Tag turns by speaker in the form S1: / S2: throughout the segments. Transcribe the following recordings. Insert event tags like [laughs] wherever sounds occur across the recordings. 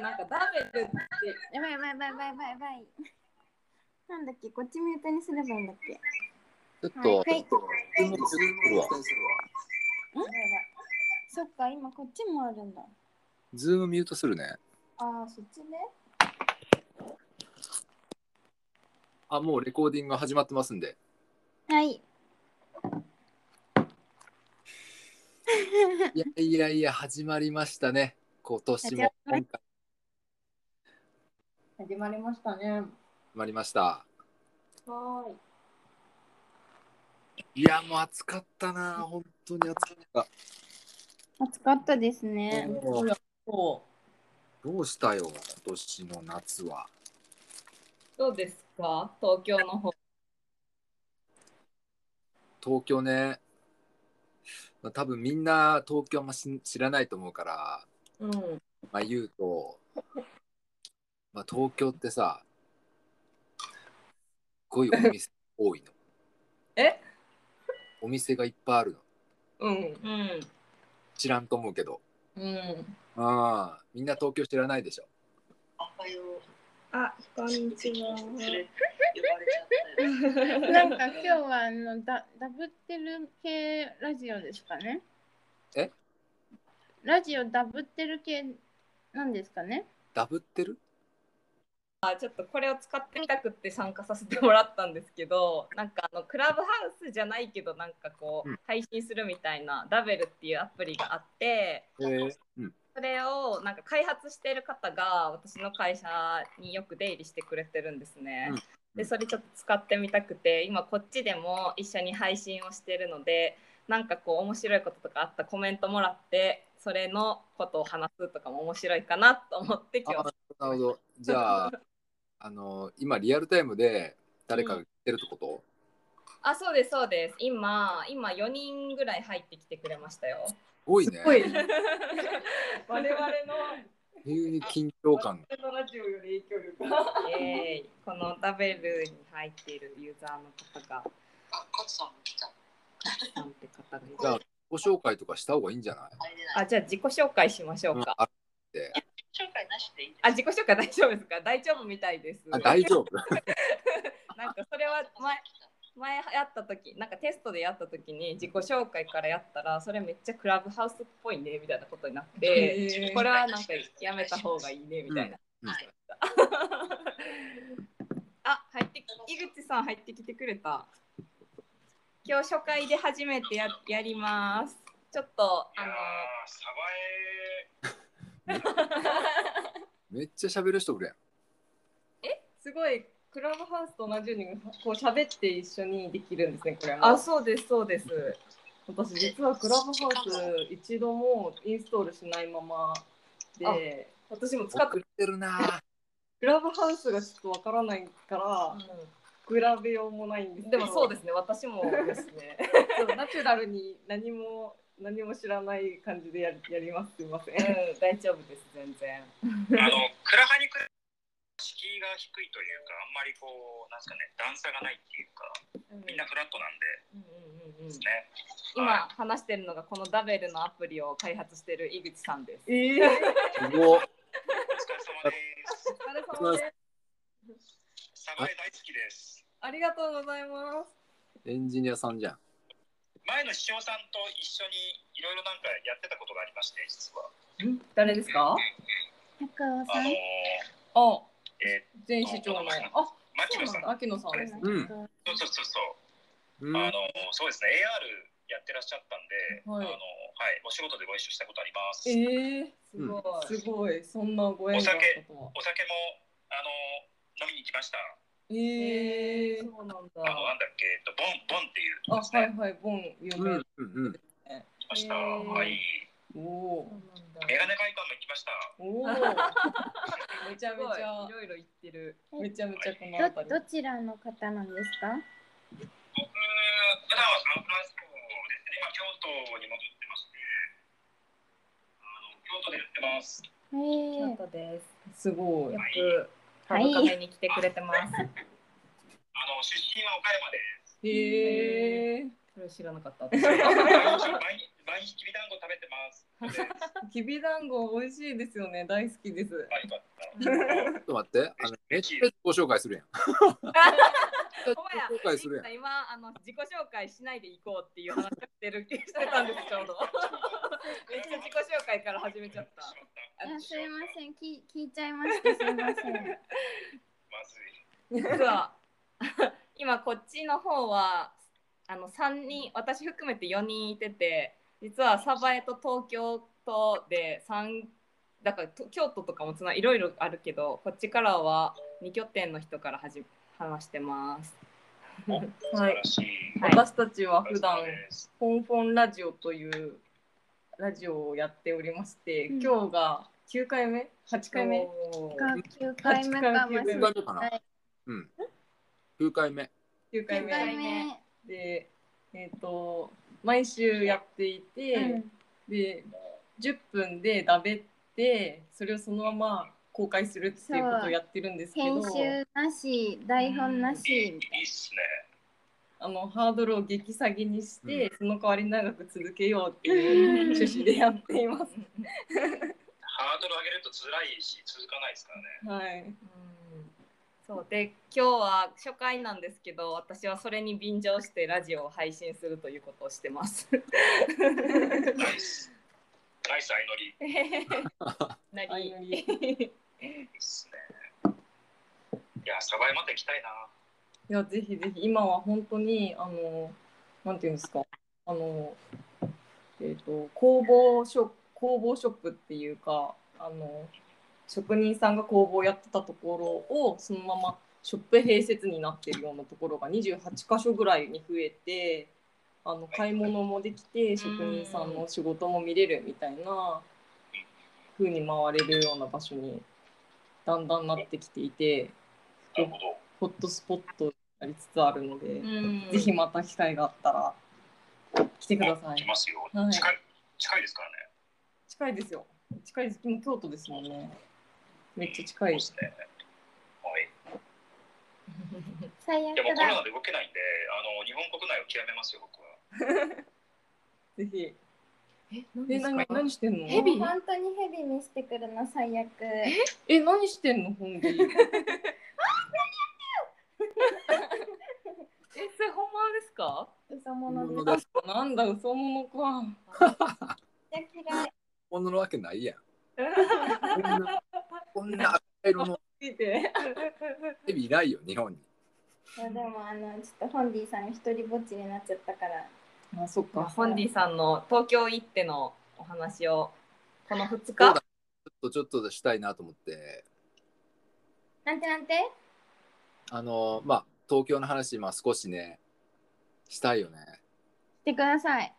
S1: なんかダベルって
S2: やばいやばいやばいやばいやばいやばい。なんだっけ、こっちミュートにすればいいんだっけ。
S3: ちょっと、
S2: はい
S3: ちょっと、自分も自分も
S2: そっか、今こっちもあるんだ。
S3: ズームミュートするね。
S2: ああ、そっちね。
S3: あ、もうレコーディングが始まってますんで。
S2: はい。
S3: いやいやいや、始まりましたね。今年も
S2: 始まりま
S3: 今回
S1: 始まりましたね。は
S3: 始まりました。
S1: ーい。
S3: いや、もう暑かったな。本当に暑かった。
S2: 暑かったですね。
S3: もう
S1: も
S3: どうしたよ、今年の夏は。
S1: うどうですか東京の方。
S3: 東京ね。まあ多分みんな東京あんまし知らないと思うから、
S1: うん。
S3: まあ、言うと、まあ、東京ってさ、すごいお店多いの。
S1: え
S3: お店がいっぱいあるの。
S1: うん。うん。
S3: 知らんと思うけど。
S1: うん。
S3: ああ、みんな東京知らないでしょ。
S2: あ、こんにちは。
S1: なん
S2: なんか今日はあのダダブってる系ラジオですかね。
S3: え
S2: ラジオダブってる系なんですかね。
S3: ダブってる
S1: あちょっとこれを使ってみたくって参加させてもらったんですけどなんかあのクラブハウスじゃないけどなんかこ
S3: うん
S1: う配信するみたいなダベルっていうアプリがあって
S3: えー、
S1: それをなんか開発してる方が私の会社によく出入りしてくれてるんですね。
S3: うん
S1: でそれちょっと使ってみたくて今こっちでも一緒に配信をしてるのでなんかこう面白いこととかあったらコメントもらってそれのことを話すとかも面白いかなと思って今
S3: あ
S1: 日
S3: なるほど。じゃあ、 [laughs] あの今リアルタイムで誰かが来てるってこと、
S1: あ、そうです、そうです。今、今4人ぐらい入ってきてくれましたよ。
S3: 多いね。
S4: い。
S1: 我々の、
S3: 急に緊張感。
S4: ラジオより影響力。
S1: えいこのダベルに入っているユーザーの方が、
S4: カツさんも来た。
S1: なんて方がい
S3: じ
S1: る
S3: ゃあ、自己紹介とかした方がいいんじゃない
S4: 入れない。
S1: あ、じゃあ自己紹介しましょ
S3: う
S1: うんか。
S3: あって
S4: 紹介なしでいいん
S1: あ、自己紹介大丈夫ですか [laughs] 大丈夫みたいです。
S3: あ大丈夫。 [laughs]
S1: なんかそれは前、前やった時なんかテストでやった時に自己紹介からやったらそれめっちゃクラブハウスっぽいねみたいなことになって
S4: へー
S1: これはなんかやめた方がいいねみたいな、
S3: うんうん
S1: あ入って井口さん入ってきてくれた今日初回で初めてややりますちょっと
S5: いやー、
S1: あ
S5: サバエ
S3: めっちゃ喋る人おるやん。
S4: すごい、クラブハウスと同じように、こう喋って一緒にできるんですね、これ
S1: のあ
S4: は。
S1: そうですそうです
S4: 私、実はクラブハウス一度もインストールしないままで、私も使っ
S3: 作
S4: て、
S3: ってるな。
S4: クラブハウスがちょっとわからないから、比べようもないんです
S1: で
S4: けど。
S1: もそうですね私もですね
S4: [laughs] そうナチュラルに何も、何も知らない感じでやりやります。すいません。
S1: うん大丈夫です全然
S5: あの、クラハニクラ敷居が低いというか、あんまりこう、なんですかね、段差がないっていうか、みんなフラットなんで
S1: うんうんうんうん
S5: ですね。
S1: 今話してるのがこのダベルのアプリを開発してる井口さんです。
S4: ええ
S3: すごっ
S5: お疲れ様です。
S1: お疲れ
S3: 様です
S5: サバエ大好きです。
S1: ありがとうございます。
S3: エンジニアさんじゃん。
S5: 前の師匠さんと一緒にいろいろなんかやってたことがありまして、実は。
S1: 誰ですか？
S2: 高尾
S5: あ
S2: さ
S5: の
S2: ん
S5: ー、
S1: あ、
S5: えー、
S4: 前市長
S1: あ、
S4: の。
S5: 牧野さん。
S4: 秋野さんですね。
S3: うん。
S5: そうそうそうそう。
S3: うん。
S5: あのーそうですね、AR やってらっしゃったんで、
S4: はい
S5: あのーはい、お仕事でご一緒したことあります。
S4: ええ
S1: すごい。
S4: すごい、そんなご縁があったとは。
S5: お酒もあの飲みに行きました。
S4: ええ
S1: そうなんだ。
S5: あのなんだっけ、えっとボンボンっていう
S4: あ、
S5: やつ
S4: は
S5: ね。
S4: いはい、ボン有
S3: うん
S4: 名。
S3: うんうん。
S5: 行きました。
S1: へー
S5: はい。
S1: そう。
S4: おお
S1: なんだ
S5: メガネ会館も行きました。
S4: おお。 [laughs] めち
S1: す
S4: ゃめ
S1: ごい
S4: ちゃ
S1: い、ろいろ言ってる。
S4: めちゃめちゃこの辺
S2: どど
S4: り。
S2: ちらの方なんですか
S5: 僕普段はサンフランシスコですね。今京都に戻ってまして、あの京都でやってます。
S2: え
S1: 京
S2: ー、
S1: 都です。
S4: すごい
S1: よ。くカブカフェに来てくれてます。
S5: あの出身は岡山で、
S4: ええ
S1: それ知らなかった。
S5: 毎日 [laughs] 毎日毎日きびだんご食べてます。で
S4: きびだんご美味しいですよね。大好きです。
S5: あよかった
S3: ちょっと待って、あのめっちゃ自己紹介するやん。めっち
S1: お
S3: ゃ
S1: や
S3: 自己紹介するやん。
S1: 今あの自己紹介しないで行こうっていう話をしてるしてたんですちょう [laughs] ど。めっちゃ自己紹介から始めちゃった。
S5: しまった
S2: あすいませんき聞いちゃいましたすいません
S5: まずい。
S1: [laughs] 実は [laughs] 今こっちの方はあの3人私含めて4人いてて実は鯖江と東京とで3だからと京都とかもつないろいろあるけどこっちからは2拠点の人からはじ話してます。
S5: 素晴らしい。
S1: はい
S4: 私たちは普段
S5: お疲れ様です
S4: フォンフォンラジオというラジオをやっておりまして、
S2: うん
S4: 今日が9回目 ?8 回目
S1: おー
S2: が9回目かもしれ
S3: 9
S2: な
S3: 回
S2: い
S3: 目かな。うん。9回目。
S4: ?9 回
S2: 9回
S4: 目
S2: 目
S4: で、えっ、と、毎週やっていて、
S2: うん
S4: で、10分でだべって、それをそのまま公開するっていうことをやってるんですけど
S2: 編、集なし台本ない
S5: い
S2: しみたい
S5: いいっすね。
S4: あのハードルを激下げにして、
S3: うん
S4: その代わり長く続けようって
S2: [laughs]
S4: いう趣旨でやっています。
S5: ハードル上げると辛いし、続かないですからね。
S4: はい。
S1: うんそうで今日は初回なんですけど私はそれに便乗してラジオを配信するということをして
S4: [laughs]
S1: ます。
S5: ナイス。ナイス相乗り。
S1: な
S4: あ
S1: り
S4: ゆり
S5: いいっすね。いや、サバイまた行きたいな。
S4: いやぜひぜひ今は本当にあのなんていうんですかあのえっ、と工房ショップ工房ショップっていうかあの職人さんが工房をやってたところをそのままショップ併設になってるようなところが28箇所ぐらいに増えてあの買い物もできて職人さんの仕事も見れるみたいな風に回れるような場所にだんだんなってきていて。
S5: なるほど。
S4: ホットスポットになりつつあるので、
S1: うん
S4: ぜひまた機会があったら来てくださ
S5: 行き
S4: い。
S5: ますよ。
S4: はい
S5: 近い近いですからね。
S4: 近いですよ。近いです。もう京都ですもんね。めっちゃ近い
S5: そうで。すね。はい。
S2: な最悪
S5: いや、もうコロ
S2: だ
S5: ナで動けないんで、あの日本国内を極めますよ、僕は。
S4: ぜひ。
S1: え
S4: え、何何してんの？
S1: ヘビ
S2: 本当にヘビ見せてくるの最悪
S4: え、何してんの？本気。
S1: え、それ本物ですか？
S2: 嘘物
S3: 本物
S2: で
S3: だ
S4: なんだ嘘物か。
S2: めっちゃ嫌い
S3: 本物のわけな
S2: [laughs]
S3: いやん。こんな、こんな赤色の
S4: ついて。
S3: ヘビいないよ、日本に。
S2: いやでもあのちょっとホンディさんが一人ぼっちになっちゃったから
S4: あ、そっか。
S1: ホンディさんの東京行ってのお話をこの2
S3: そう
S1: 日
S3: だちょっとちょっとしたいなと思って、
S2: なんてなんて
S3: あの、まあ、東京の話、まあ、少しね、したいよね。
S2: してください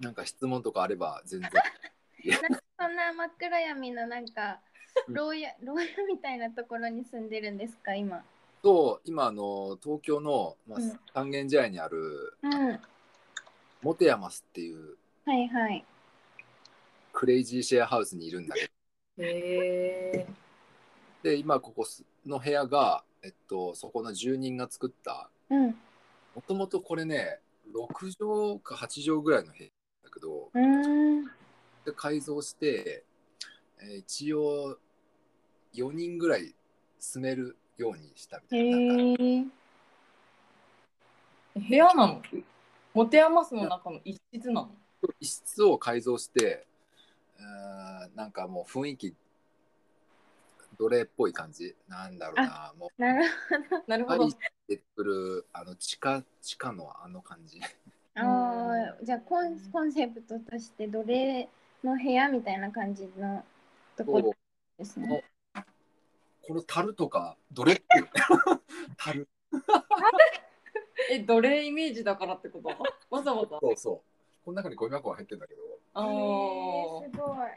S3: なんか質問とかあれば全然。
S2: そんな真っ暗闇のなんか牢屋牢屋みたいなところに住んでるんですか今
S3: と、今、あの、東京の、まあ
S2: うん、
S3: 三軒茶屋にある、
S2: うんは
S3: モテヤマスっていう
S2: いはい
S3: クレイジーシェアハウスにいるんだけど、
S1: へ
S3: で、今、ここすの部屋が、えっと、そこの住人が作った、
S2: うん
S3: もともとこれね、6畳か8畳ぐらいの部屋だけど、
S2: うーん
S3: で改造して、えー一応4人ぐらい住めるようにしたみたいななんか
S2: へえ
S4: 部屋なの？モテ余すの中の一室なの？
S3: 一室を改造してうーんなんかもう雰囲気奴隷っぽい感じなんだろうなもう
S2: なる
S4: なるほど
S3: 入。ってくるあの地下地下のあの感じ
S2: ほどあーじゃあコンコンセプトとして奴隷の部屋みたいな感じのとこ
S3: こ
S2: ろ
S3: う
S2: ですね
S3: この樽とか奴隷っぽい [laughs] 樽
S4: え、奴隷イメージだからってこと？わざわざ。
S3: そうそうこの中にゴミ箱が入ってるんだけど
S4: ああ。
S2: へーすごい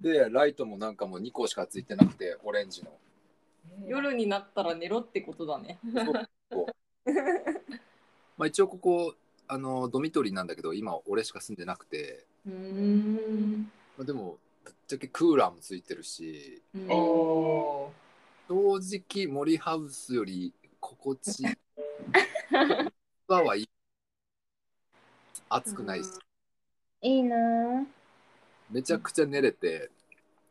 S3: でライトもなんかもう2個しかついてなくてオレンジの
S1: ー
S4: 夜になったら寝ろってことだね。
S3: [laughs] まあ、一応ここあのドミトリーなんだけど今俺しか住んでなくて、
S4: うーん。
S3: まあ、でもぶっちゃけクーラーもついてるし
S4: うん
S5: お
S3: 正直森ハウスより心地バーはいい。暑くないし、
S2: いいなぁ。
S3: めちゃくちゃ寝れて、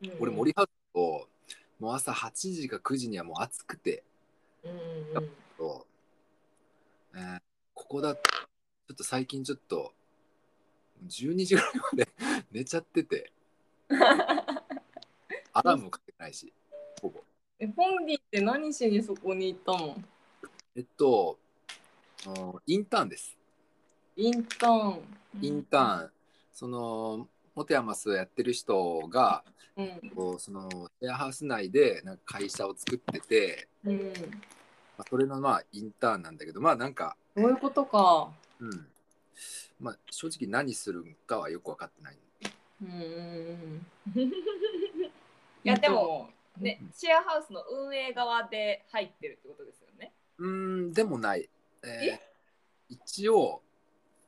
S1: うん
S3: 俺、森ハウスと、もう朝8時か9時にはもう暑くて、
S1: うんうん
S3: とえーここだちょっと最近ちょっと12時ぐらいまで [laughs] 寝ちゃっててアラームもかけてないしほぼ
S4: え、ポンディって何しにそこに行ったの
S3: えっとうんインターンです
S4: インターン。
S3: インターン、そのモテアマスをやってる人が
S4: うん。
S3: こうそのシェアハウス内でなんか会社を作ってて、
S4: うん。
S3: まあ、それのまあインターンなんだけどまあなんか、
S4: そういうことか。
S3: うんまあ、正直何するかはよく分かってない
S4: うんうん
S3: [laughs]
S4: うん。
S1: いやでも、
S4: うん
S1: ね、シェアハウスの運営側で入ってるってことですよね。
S3: うーん、でもない。え
S1: え
S3: ー一応、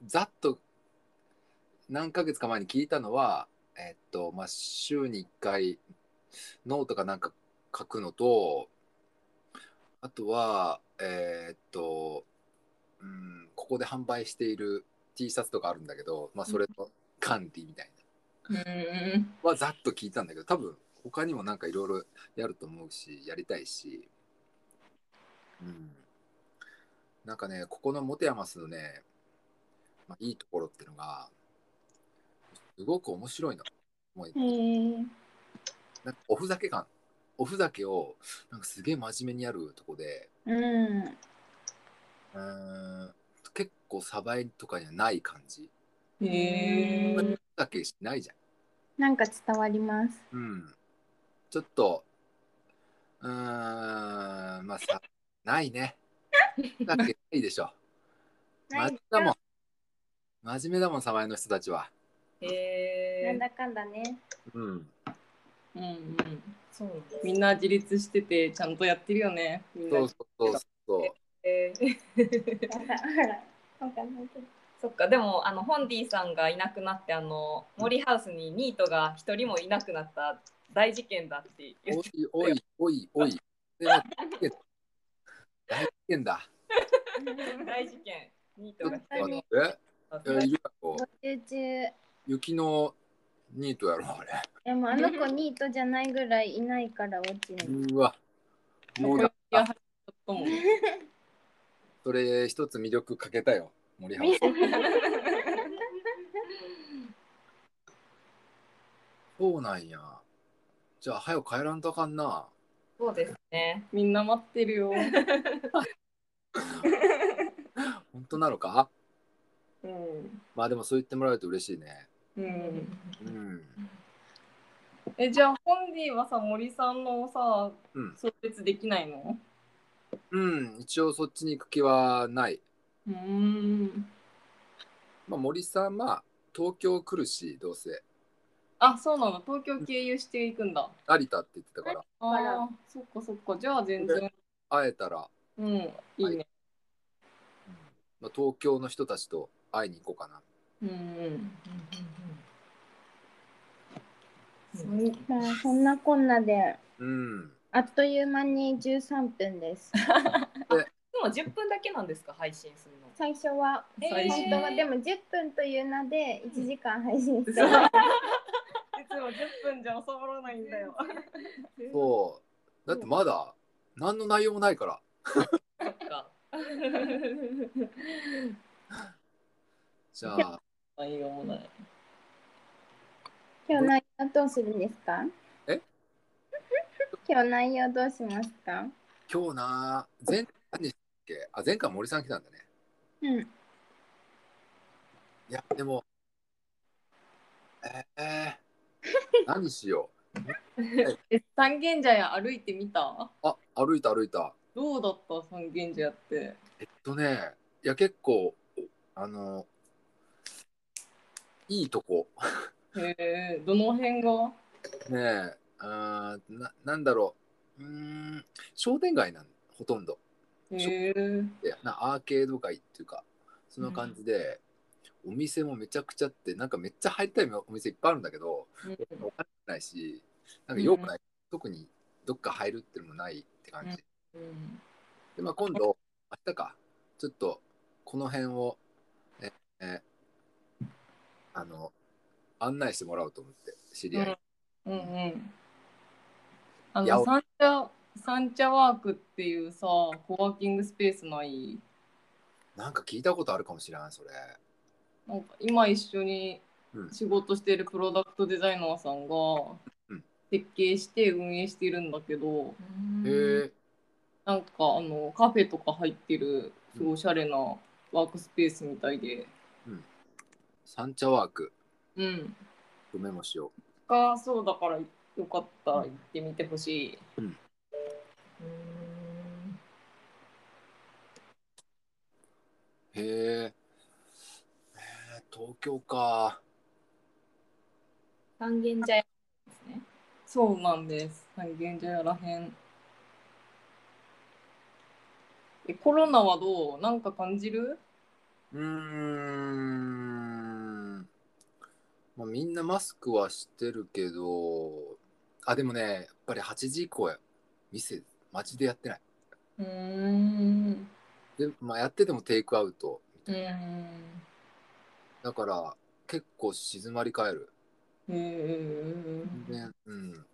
S3: ざっと何ヶ月か前に聞いたのは、えっと、まあ、週に1回、ノートかなんか書くのと、あとは、えーっと、うん、ここで販売している T シャツとかあるんだけど、まあ、それの管理みたい
S4: うんうん
S3: な、はざっと聞いたんだけど、多分、他にもなんかいろいろやると思うし、やりたいし、うん。なんかね、ここのモテヤマスのね、まあ、いいところってのが、すごく面白いの。もう
S2: へえ。
S3: なんかおふざけ感。おふざけを、なんかすげえ真面目にやるとこで、
S2: うん。
S3: うーん、結構サバイとかにはない感じ。
S4: うん。へ
S3: お
S4: え
S3: ふ。ざけしないじゃん。
S2: なんか伝わります。
S3: うん。ちょっと、うーん、まあさ、ないね。だってないでしょ。真面目だもん。真面目だもん、サバイの人たちは。
S1: へ
S2: な
S1: え
S2: ん。だかんだ [laughs] ね。
S3: うん。
S4: うんうん。
S1: そうなんです
S4: みんな自立してて、ちゃんとやってるよね。みんな
S3: そうそうそうそう。
S1: ね。
S2: あらあら。わかんないけど。
S1: [laughs] そっかでもあのホンディさんがいなくなってあの森ハウスにニートが一人もいなくなった大事件だって言っ
S3: お
S1: て
S3: いおいおいおい。でも大事件だ。
S1: 大事件ニー
S3: 大
S1: ト
S3: 事
S1: が一
S3: 件
S1: 人もいなくなっ
S3: だ。あのええ
S1: た
S3: ゆかこ
S2: 募集中。
S3: 雪のニートやろ、あれ。
S2: でもあの子ニートじゃないぐらいいないから落ちる。
S3: うわ。もう
S4: こ
S3: だ
S4: ういう話ちょっとも
S3: それ一つ魅力かけたよ、森原さん。そうなんや。じゃあ、早く帰らんとあかんな。
S1: そうですね
S4: みんな待ってるよ。
S3: 本当なのか
S4: うん。
S3: まあでもそう言ってもらえると嬉しいね。
S4: うん。
S3: うん。
S4: えじゃあホンディはさ森さんのさ
S3: うん
S4: 送別できないの
S3: うん、一応そっちに行く気はない。
S4: うーん
S3: まあ、森さんは東京来るし、どうせ。
S4: あそうなの東京経由していくんだ
S3: 成田って言ってたから、
S4: ああそっかそっかじゃあ全然
S3: 会えたら、
S4: うんい
S3: う
S4: いね
S3: んまあ、東京の人たちと会いに行こうかな。
S4: うん
S1: そう
S2: [laughs] まあそんなこんなで
S3: うん。
S2: あっという間に13分です。
S1: でも10分だけなんですか配信するの
S2: 最初は
S4: 最初
S2: 本当はでも10分という名で1時間配信す
S4: そう
S2: る。
S4: いつも10分じゃ収まらないんだよ
S3: そう。だってまだ何の内容もないから。
S1: [laughs] そっか
S3: じゃあ、
S4: 内容もない
S2: 今日内容どうするんですか
S3: え
S2: [laughs] 今日内容どうしますか
S3: 今日な、前何でしたっけあ、前回森さん来たんだね。
S2: うん。
S3: いや、でも、 [laughs] えー、何しよ
S4: え三軒茶屋歩いてみた
S3: う。あ、歩いた歩いた。
S4: どうだった三軒茶屋って
S3: えっとね、いや、結構、あの、いいとこ。 [laughs]
S4: へえどの辺が
S3: ねえ、あーななんだろう。うーん、商店街なんほとんど。
S4: へえ
S3: でなアーケード街っていうか、そんな感じで、お店もめちゃくちゃあって、なんかめっちゃ入りたいお店いっぱいあるんだけど、お金もないし、なんかよくない、特にどっか入るっていうのもないって感じ。
S4: うん
S3: で、まあ、今度、明日か、ちょっと、この辺を、ええあの案内してもらおうと思って知り合いに、
S4: うんうん。あ
S3: や
S4: の、
S3: お
S4: 三茶、三茶ワークっていうさ、コワーキングスペースない。
S3: なんか聞いたことあるかもしれないそれ
S4: なんか今一緒に
S3: うん
S4: 仕事してるプロダクトデザイナーさん
S3: うん
S4: が設計して運営してるんだけど、
S3: へえ
S4: なんかあのカフェとか入ってるすごいおしゃれなワークスペースみたいで、
S3: 三茶ワーク
S4: うん、
S3: メモしよう
S4: がそうだからよかったら行ってみてほしい。
S3: へえへえ東京か
S1: 三軒茶屋ですね。
S4: そうなんです。三軒茶屋らへん。えコロナはどうなんか感じる
S3: うーん、まあ、みんなマスクはしてるけどあでもねやっぱり8時以降や店街でやってないう
S4: ーん。
S3: で、まあ、やっててもテイクアウト
S4: うーん。へ
S3: だから結構静まり返る
S4: え。
S3: ねうん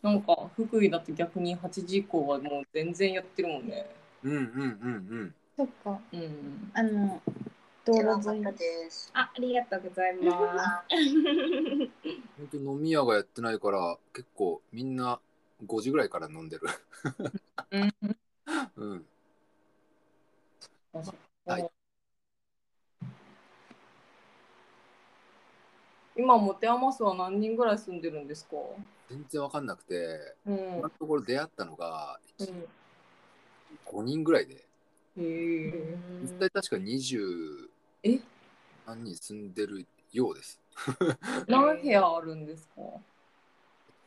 S4: なんか福井だと逆に8時以降はもう全然やってるもんね。
S3: うんうんうん
S2: そっか。
S4: うん。
S2: あの、道路沿い。
S6: です。
S1: あ、ありがとうございま
S3: うん本当飲み屋がやってないから結構みんな5時ぐらいから飲んでる
S4: うん
S3: [laughs] うん
S4: 今、持て余すは何人ぐらい住んでるんですか
S3: 全然わかんなくて
S4: うん
S3: 今の。ところ出会ったのが
S4: うん
S3: 5人ぐらいで
S4: へ
S1: す。
S4: え。
S3: 実際確か20
S4: え
S3: 何人住んでるようです
S4: 何部屋あるんですか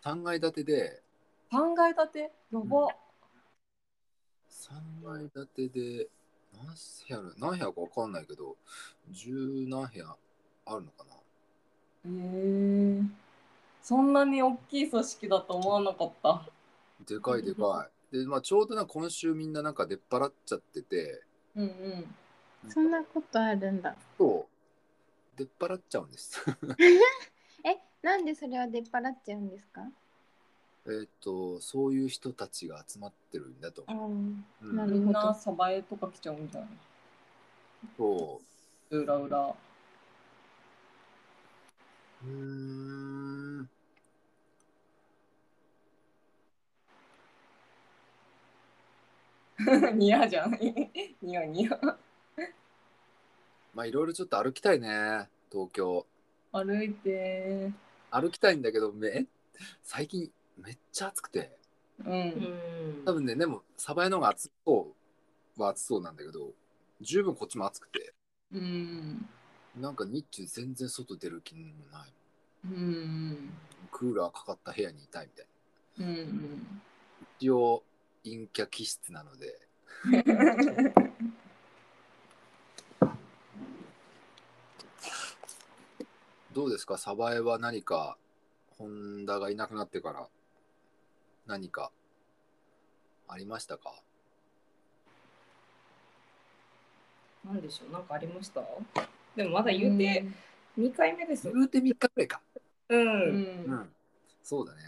S3: 3階建てで
S4: ?3 階建てやば。
S3: 3階建てで何部屋ある何部屋かわかんないけど十何部屋あるのかな
S4: へえ。そんなに大きい組織だと思わなかった。
S3: でかいでかい。で、まあ、ちょうどな今週みんななんか出っ払っちゃってて、
S4: うんうん。
S2: そんなことあるんだ。
S3: そう出っ払っちゃうんです。 [laughs]
S2: え、なんでそれは出っ払っちゃうんですか
S3: えっと、そういう人たちが集まってるんだと
S2: あ
S3: 思う。う
S2: なる
S3: ん、
S4: みんなサバエとか来ちゃうんじゃない
S3: そ
S4: 裏裏。 [laughs]
S3: う。うーん。
S4: ニヤじゃん。 [laughs] ニヤニヤ。
S3: まあ、いろいろちょっと歩きたいね、東京。
S4: 歩いて
S3: 歩きたいんだけど、め最近めっちゃ暑くて。
S4: ー。うん。
S3: 多分ね、でも、サバイの方が暑そうは暑そうなんだけど、十分こっちも暑くて、
S4: うん。
S3: なんか日中全然外出る気もない。
S4: うん。
S3: クーラーかかった部屋にいたいみたいな。
S4: うん。
S3: 一応陰キャ気質なのでどうですかサバエは何か本田がいなくなってから何かありましたか
S1: なんでしょう、なんかありました。でもまだ言うて、二回目です。
S3: 言うて3日くらいか
S1: う。
S4: うんん。
S3: そうだね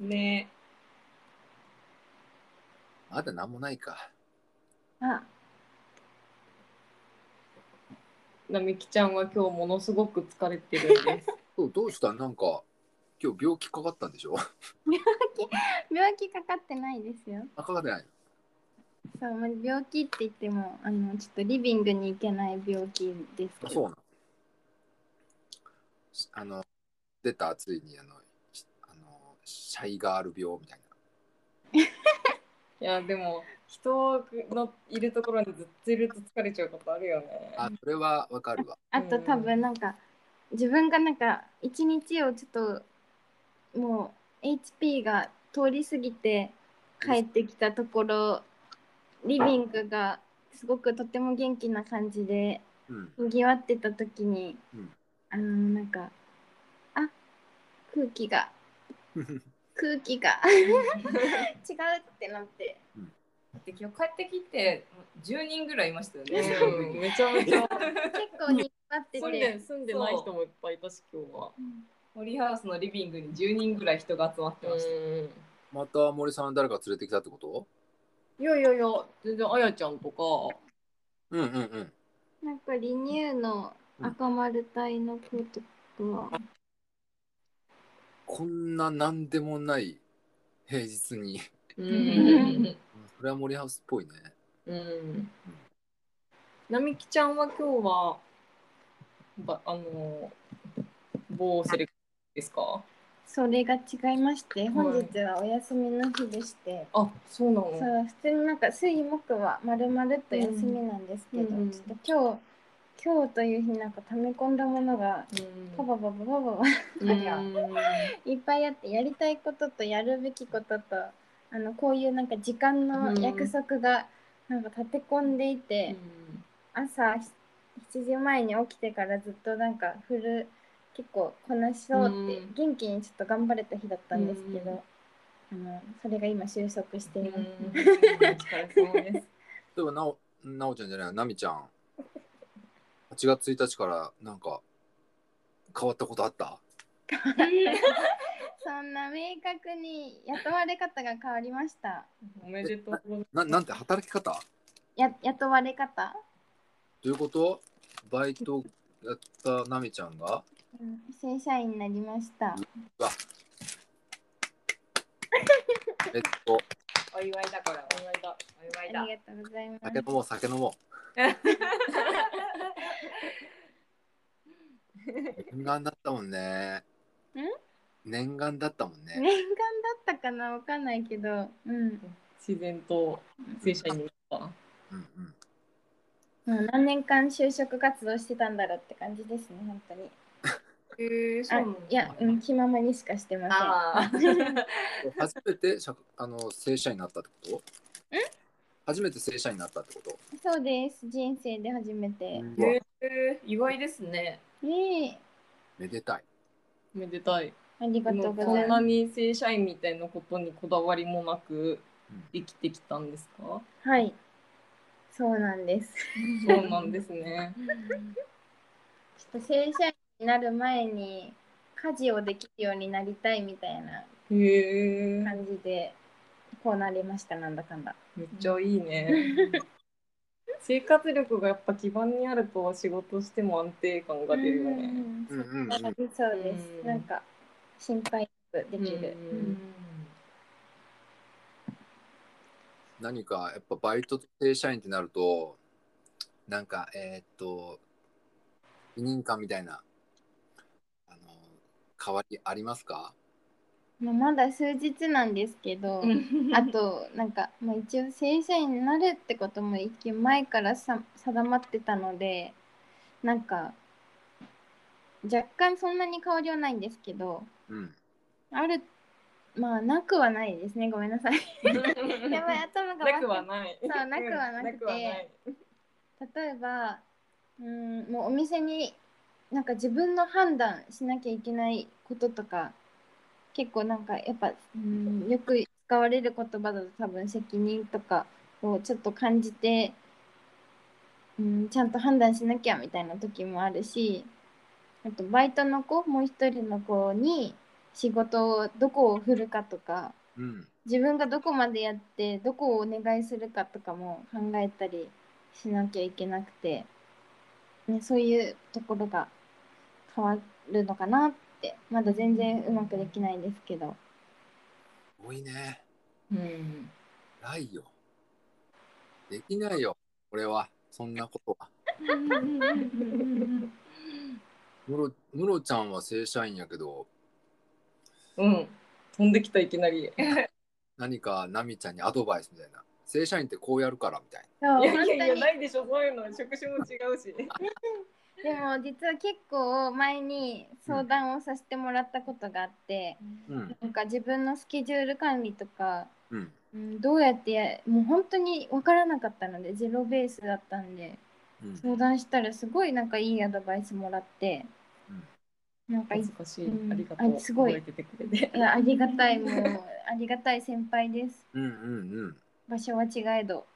S1: ね。
S3: まだ何もないか
S2: あ、
S4: なみきちゃんは今日ものすごく疲れてるんです。
S3: そうどうしたなんか今日病気かかったんでしょ [laughs]
S2: 病気かかってないですよ。
S3: あかかってない
S2: そう、まあ病気って言っても、あの、ちょっとリビングに行けない病気ですけど。
S3: のそうなのしあの出たついにあのしあのシャイガール病みたいない
S4: や、でも、人のいるところにずっといると疲れちゃうことあるよね。
S3: あそれはわかるわ。
S2: あと多分なんか、自分がなんか一日をちょっともう HP が通り過ぎて帰ってきたところリビングがすごくとても元気な感じで
S3: うん。
S2: にぎわってた時に、
S3: うん
S2: あのなんかあ空気が空気が違うってなって、
S3: うん
S1: で今日帰ってきて10人ぐらいいましたよね。
S4: うんめちゃめち [laughs] ゃ
S2: 結構にぎわ
S4: [laughs]
S2: って
S4: 住ん
S2: て
S4: で住んでない人もいっぱいいたし今日は。
S1: ホリーハウスのリビングに10人ぐらい人が集まってました。
S4: うん
S3: また森さん誰か連れてきたってこと
S4: いやいやいや全然あやちゃんとか
S3: うんうんうん。
S2: なんかリニューの赤丸隊の子とかは
S3: こんな何でもない平日に。 [laughs]
S4: うん
S3: それは森ハウスっぽいね。
S4: うん並木ちゃんは今日はばあの某セレクトですか
S2: それが違いまして本日はお休みの日でして、
S4: あそうな
S2: そ
S4: の
S2: う普通になんか水木はまるまると休みなんですけど、
S4: うん
S2: ちょっと今日今日という日なんか溜め込んだものがパパパパパパ [laughs]
S4: うん
S2: いっぱいあってやりたいこととやるべきこととあのこういうなんか時間の約束がなんか立て込んでいて、朝ひ7時前に起きてからずっとなんかフル結構こなしそうって
S4: うん
S2: 元気にちょっと頑張れた日だったんですけど、あのそれが今収束して
S4: う
S2: い
S4: ん
S2: ます。
S4: お疲れ様です
S3: 例えばなお、なおちゃんじゃない、なみちゃ [laughs] ん。8月1日からなんか変わったことあった
S2: そんな明確に雇われ方が変わりました。
S4: おめでとうござい
S3: ななんて働き方ど
S2: や雇われ方、
S3: ういうことバイトやったなみちゃんが
S2: 正社員になりました。
S3: えっと、
S1: お祝いだこれ。お祝いだ。お
S2: あ
S1: 祝
S2: り
S1: い
S2: が
S1: だ。
S2: とうございます
S3: 酒飲。もう、酒飲もう。念願だったもんね。念願だったもん
S2: 念願
S3: ね。
S2: だったかなわかんないけど、うん、
S4: ます自然と正社員になった
S3: うんうん。
S2: もう何年間就職活動してたんだろうって感じですね、本当に。
S1: えー、
S2: あいや、うん、気ままにしかしてません。
S1: ああ。
S3: 初めて社あの正社員になったってこと初めて正社員になったってこと
S2: そうです、人生で初めて。
S3: うわ
S1: えー、意外ですね。
S2: ねえ、
S3: めでたい。
S4: おめでたい
S2: ありがとうご
S4: そ
S2: ざい
S4: んな
S2: ます。
S4: に正社員みたいなことにこだわりもなく生きてきたん [laughs] ですか
S2: はい、そうなんです。
S4: そうなんですね。
S2: ちょっと正社員になる前に家事をできるようになりたいみたいな
S4: へえ。
S2: 感じで、こうなりました、なんだかんだ。
S4: めっちゃいいね。 [laughs] 生活力がやっぱ基盤にあると仕事しても安定感が出るよ
S2: う
S4: ね。
S2: ん
S3: うんうんうん
S2: そうですそうです、
S4: うん
S2: なんか心配なくできる、
S4: う
S2: うん
S4: ん
S3: 何かやっぱバイトと正社員ってなるとなんかえーっと委任感みたいなあの変わりありますか
S2: まあ、まだ数日なんですけど、
S4: [laughs]
S2: あとなんか、まあ、一応正社員になるってことも一見前からさ定まってたのでなんか若干そんなに変わりはないんですけど
S3: うん
S2: あるまあなくはないですねごめんな
S4: [laughs]
S2: さいやばい頭が
S4: なくはない。
S2: そうなくはなくて
S4: うんない
S2: 例えばうんもうお店になんか自分の判断しなきゃいけないこととか結構なんかやっぱうんよく使われる言葉だと多分責任とかをちょっと感じてうんちゃんと判断しなきゃみたいな時もあるしあとバイトの子もう一人の子に仕事をどこを振るかとか
S3: うん
S2: 自分がどこまでやってどこをお願いするかとかも考えたりしなきゃいけなくて、ね、そういうところが変わるのかなってまだ全然うまくできないんですけど
S3: 多いね
S4: うん。
S3: ないよできないよ俺はそんなことはムロムロちゃんは正社員やけど
S4: うん。飛んできたいきなり。
S3: 何かナミちゃんにアドバイスみたいな正社員ってこうやるからみたいない
S2: や
S4: いや
S2: 本
S4: い
S2: 当
S4: やいや
S2: に
S4: ないでしょそういうの職種も違うし。
S2: でも実は結構前に相談をさせてもらったことがあって、
S3: うん
S2: なんか自分のスケジュール管理とか、
S3: うん
S2: うん、どうやってやもう本当に分からなかったのでゼロベースだったんで。
S3: うん
S2: 相談したらすごいなんかいいアドバイスもらって、なんかい
S4: 難しい
S2: うん。
S4: ありがとう。
S2: あすごい
S4: 覚えててくれ
S2: [laughs]
S4: て。
S2: いやありがたいもうありがたい先輩です。
S3: うんうんうん
S2: 場所は違えど。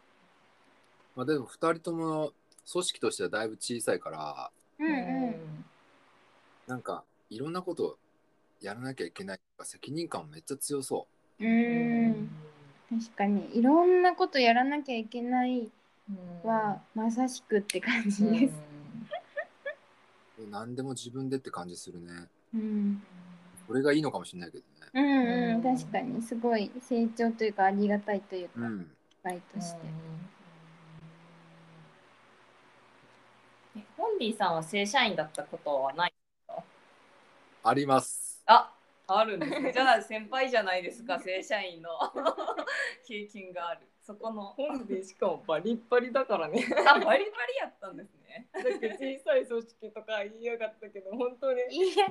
S3: まあ、でも2人とも組織としてはだいぶ小さいから
S2: うんうん。。
S3: なんかいろんなことやらなきゃいけないとか責任感めっちゃ強そう
S4: うん
S2: 確かにいろんなことやらなきゃいけない
S4: うん
S2: はまさしくって感
S4: う
S2: じ
S4: ん
S2: です。
S3: う何でも自分でって感じするね
S2: うん。
S3: これがいいのかもしれないけどね
S2: うんう、
S4: うんん
S2: 確かにすごい成長というかありがたいという
S3: う
S2: か、
S3: ん
S2: バイトして。
S1: えホンディさんは正社員だったことはない
S3: あります
S1: ああるんですね。じゃあ先輩じゃないですか、正社員の [laughs] 経験がある。そこの。
S4: 本でしかもバリッバリだからね
S1: あ、バリバリやったんですね。
S4: なんか小さい組織とか言いやがったけど本当に
S2: いや、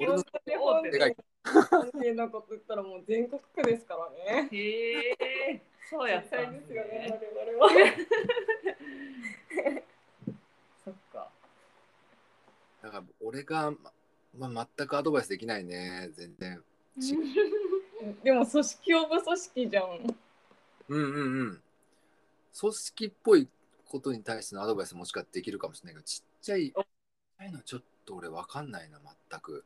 S3: 俺の
S4: 本当に本
S3: 手が
S4: 当にのこと言ったらもう全国区ですからね。
S1: へえ、そうやった
S4: 小さい
S1: ん
S4: で
S1: ですす
S4: よね
S1: ね。
S4: 我々は。
S1: そっか。
S3: だから俺が、ままあ、全くアドバイスできないね全然
S4: でも組織オブ組織じゃん。
S3: うんうんうん組織っぽいことに対してのアドバイスもしかできるかもしれないけどちっちゃいちっちゃいのちょっと俺わかんないな全く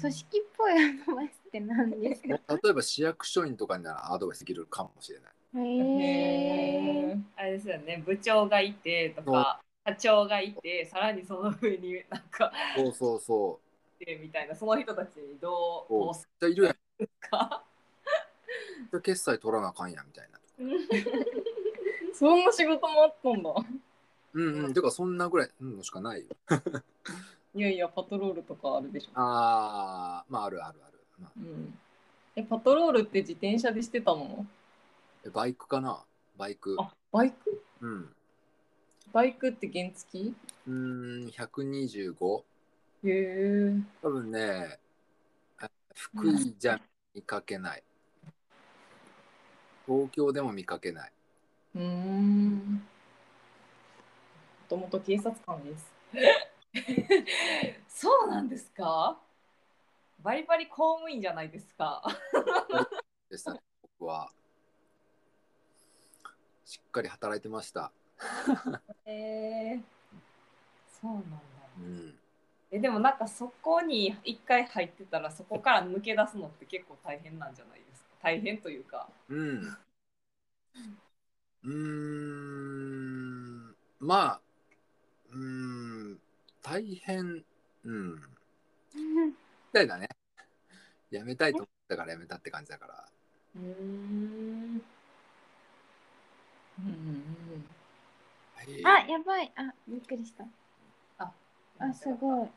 S2: 組織っぽいアドバイスって何ですか
S3: 例えば市役所員とかにならアドバイスできるかもしれない
S2: へ
S4: へ
S2: [laughs] え。
S4: ー
S1: あれですよね、部長がいてとか、課長がいて、さらにその上になんか
S3: そうそうそ
S1: いてみたいな、その人たちにどうこ
S3: うお
S1: う
S3: じ
S1: す
S3: ゃあいるやん
S1: るか。
S3: じゃあ決済取らなあかんやんみたいな
S4: そんな仕事もあったんだ。
S3: うんうんてかそんなぐらいうんのしかないよ
S4: いやいや、パトロールとかあるでしょ。
S3: あーまああるあるある、まあ
S4: うん、え、パトロールって自転車でしてたの
S3: えバイクかなバイク
S4: あ、バイク
S3: うん
S4: バイクって原付
S3: うーん125
S4: へえ。
S3: 多分ねあ福井じゃ見かけない東京でも見かけないう
S4: ーん。もともと警察官です。
S1: そうなんですかバリバリ公務員じゃないですか。
S3: ですね僕はしっかり働いてました、
S1: へえそうなんだ。
S3: うん、
S1: えでもなんかそこに一回入ってたらそこから抜け出すのって結構大変なんじゃないですか大変というか。
S3: うん。うーん。まあ、うーん。大変、うん。みたいだね。やめたいと思ったからやめたって感じだから。
S1: うん
S4: うん。
S3: はい
S2: あ、やばい。あ、びっくりした。あ、す
S1: い。
S2: ごい。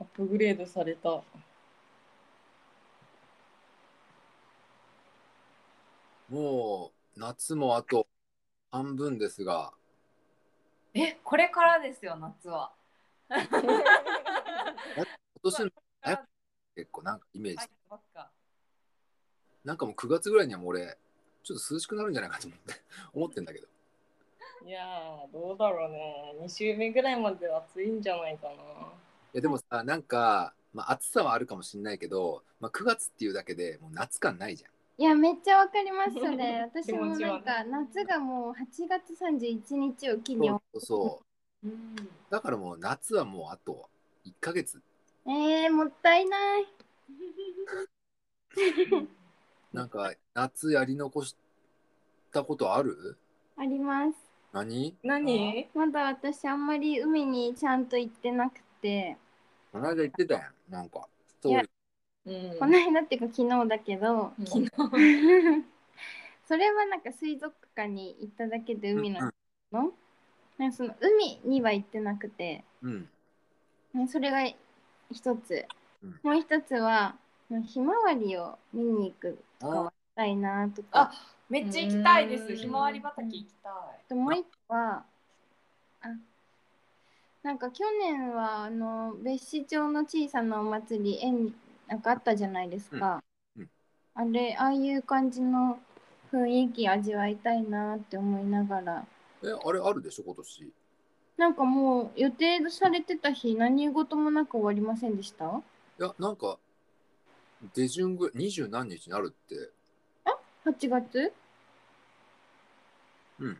S4: アップグレードされ
S2: [laughs]
S4: た。
S3: もう、夏もあと半分ですが、
S1: えこれからですよ夏は。
S3: 今年の
S1: はい
S3: 結構なんかイメージ、
S1: ばっか
S3: なんかもう9月ぐらいにはもう俺、ちょっと涼しくなるんじゃないかと思って、思ってんだけど。
S4: いやー、どうだろうね。2週目ぐらいまでは暑いんじゃないかな。
S3: いやでもさ、なんか、まあ、暑さはあるかもしれないけど、まあ、9月っていうだけでもう夏感ないじゃん。
S2: いや、めっちゃわかりますそれ。私
S4: 気
S2: も
S4: 持ち
S2: な
S4: は
S2: ん
S4: ね
S2: か夏がもう8月31日を機に
S3: そ。うそうそうだからもう夏はもうあと1ヶ月
S2: えー、もったいない。
S3: なんか夏やり残したことある
S2: あります。
S3: 何
S4: 何
S2: まだ私あんまり海にちゃんと行ってなくて、
S3: この間言ってたやんなんか
S2: いや
S3: そう
S4: うん
S2: この間っていうか昨日だけど、 [laughs]
S4: 昨日
S2: それはなんか水族館に行っただけで海の
S3: うん
S2: の、なんかその海には行ってなくて、
S3: うん
S2: ねそれが一つ、
S3: うん
S2: もう一つはひまわりを見に行くとかはしたいなとか
S1: あめっちゃ行きたいで
S4: う
S1: す。
S4: ん
S1: ひまわり畑行きたい。
S2: あともう一個はあなんか去年はあの別紙町の小さなお祭り縁なんかあったじゃないですか、
S3: うんうん
S2: あれああいう感じの雰囲気味わいたいなって思いながら
S3: えあれあるでしょ今年
S2: なんかもう予定されてた日何事もなく終わりませんでした
S3: いやなんか出順ぐ二十何日になるって
S2: 8月
S3: うん。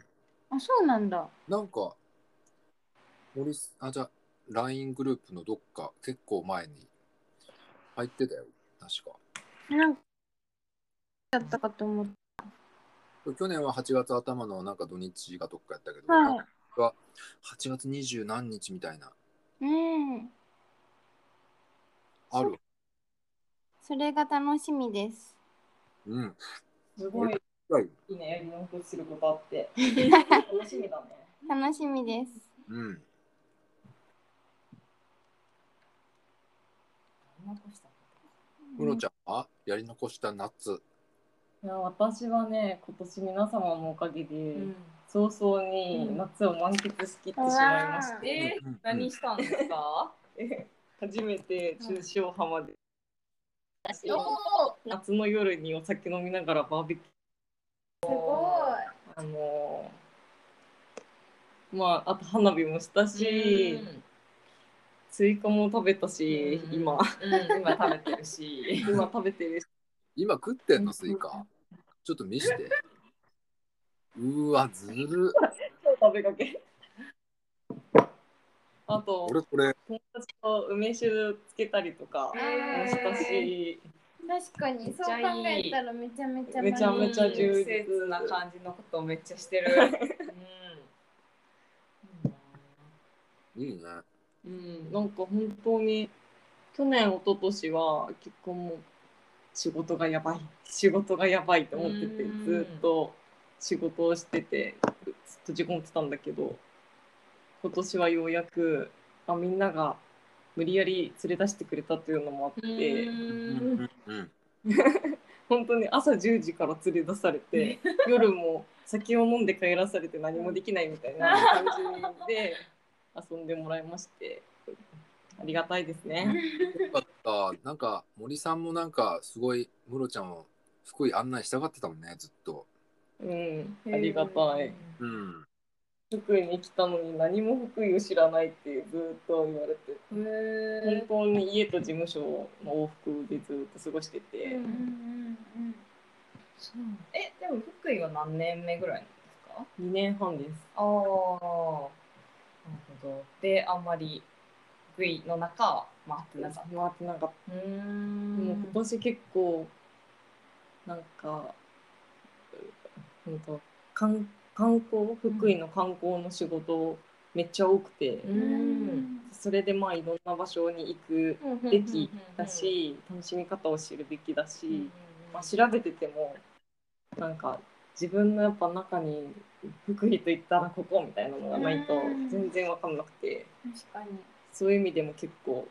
S2: あ、そうなんだ。
S3: なんか、森すあ、じゃあ LINE グループのどっか、結構前に入ってたよ、確か。
S2: なんか、だったかと思って。
S3: 去年は8月頭のなんか土日がどっかやったけど、
S2: は
S3: 8月二十何日みたいな、
S2: い。うん。
S3: ある。
S2: それが楽しみです。
S3: うん。
S4: すごい
S3: はい。
S4: いいね、やり残してることあ
S2: [laughs]
S4: って。楽しみだね。
S2: 楽しみです。
S3: うん。ムロちゃんはやり残した夏。
S4: いや、私はね、今年皆様のおかげで、
S1: うん
S4: 早々に夏を満喫しきってしまいまし
S2: う
S4: て、
S1: え
S3: うんうん
S1: 何したんですか
S4: 初めて中小浜で
S1: お
S4: 夏の夜にお酒飲みながらバーベキュー
S2: すご
S4: あのーまああと花火もしたし、スイカも食べたし、
S1: うん
S4: [laughs] 今
S1: うん、今食べてるし。
S4: 今食べてるし
S3: 今食ってんの、スイカ。ちょっと見して。うーわ、ずる。
S4: 今日食べかけあと
S3: 俺、これ、
S4: 友達と梅酒つけたりとかもしたし、
S2: 確かにそう考えたらめちゃめちゃ
S4: めちゃめちゃ充
S1: 季
S4: 実
S1: 節な感じのことをめっちゃしてる。うん
S3: いいね。
S4: うん、なんか本当に去年一昨年は結構もう仕事がやばい仕事がやばいと思ってて
S1: うん
S4: ずっと仕事をしててずっと事故ってたんだけど今年はようやくあみんなが無理やり連れ出してくれたというのもあっ
S1: う
S4: て。
S1: ん。
S3: うん。
S4: 本当に朝10時から連れ出されて夜も酒を飲んで帰らされて何もできないみたいな感じで遊んでもらいましてありがたいですね。
S3: よかった。なんか、森さんもなんか、すごい、ムロちゃんを福井案内したがってたもんね、ずっと。
S4: うん、ありがたい。
S3: うん。
S4: 福井に来たのに何も福井を知らないってずっと言われて
S1: へー
S4: 本当に家と事務所の往復でずっと過ごしてて、
S2: うんうん
S1: そうえ、でも福井は何年目ぐらいなんですか
S4: 2年半です。
S1: ああ、なるほど。で、あんまり福井の中は回ってなかっ
S4: 回ってなかった
S1: た。うー
S4: でも
S1: ん
S4: 今年結構なんかうんと観観光福井の観光の仕事めっちゃ多くて、
S1: う
S2: うん
S1: ん。
S4: それでまあいろんな場所に行く
S1: うん
S4: べきだ、し、楽しみ方を知るべきだし、
S1: うんうんうん
S4: まあ、調べててもなんか自分のやっぱ中に福井と言ったらここみたいなのがないと
S2: うん
S4: 全然わかんなくて
S2: 確かに
S4: そういう意味でも結構